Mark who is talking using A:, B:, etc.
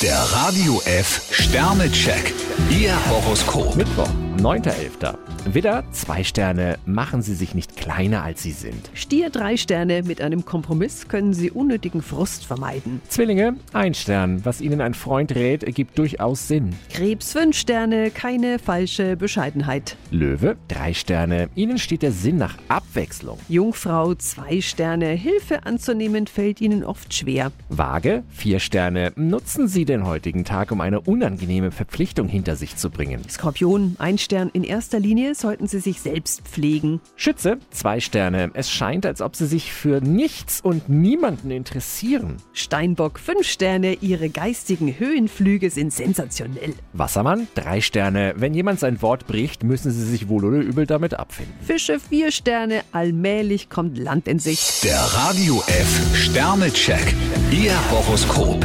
A: Der Radio F Sternecheck. Ihr Horoskop.
B: Mittwoch, 9.11. Widder, zwei Sterne, machen Sie sich nicht kleiner, als Sie sind.
C: Stier drei Sterne. Mit einem Kompromiss können Sie unnötigen Frust vermeiden.
B: Zwillinge, ein Stern, was Ihnen ein Freund rät, ergibt durchaus Sinn.
C: Krebs fünf Sterne. Keine falsche Bescheidenheit.
B: Löwe, drei Sterne, Ihnen steht der Sinn nach Abwechslung.
C: Jungfrau zwei Sterne. Hilfe anzunehmen fällt Ihnen oft schwer.
B: Waage, vier Sterne, nutzen Sie den heutigen Tag, um eine unangenehme Verpflichtung hinter sich zu bringen.
C: Skorpion ein Stern. In erster Linie sollten Sie sich selbst pflegen.
B: Schütze, zwei Sterne, es scheint, als ob Sie sich für nichts und niemanden interessieren.
C: Steinbock fünf Sterne. Ihre geistigen Höhenflüge sind sensationell.
B: Wassermann, drei Sterne, wenn jemand sein Wort bricht, müssen Sie sich wohl oder übel damit abfinden.
C: Fische vier Sterne. Allmählich kommt Land in Sicht.
A: Der Radio F Sternecheck. Ihr Horoskop.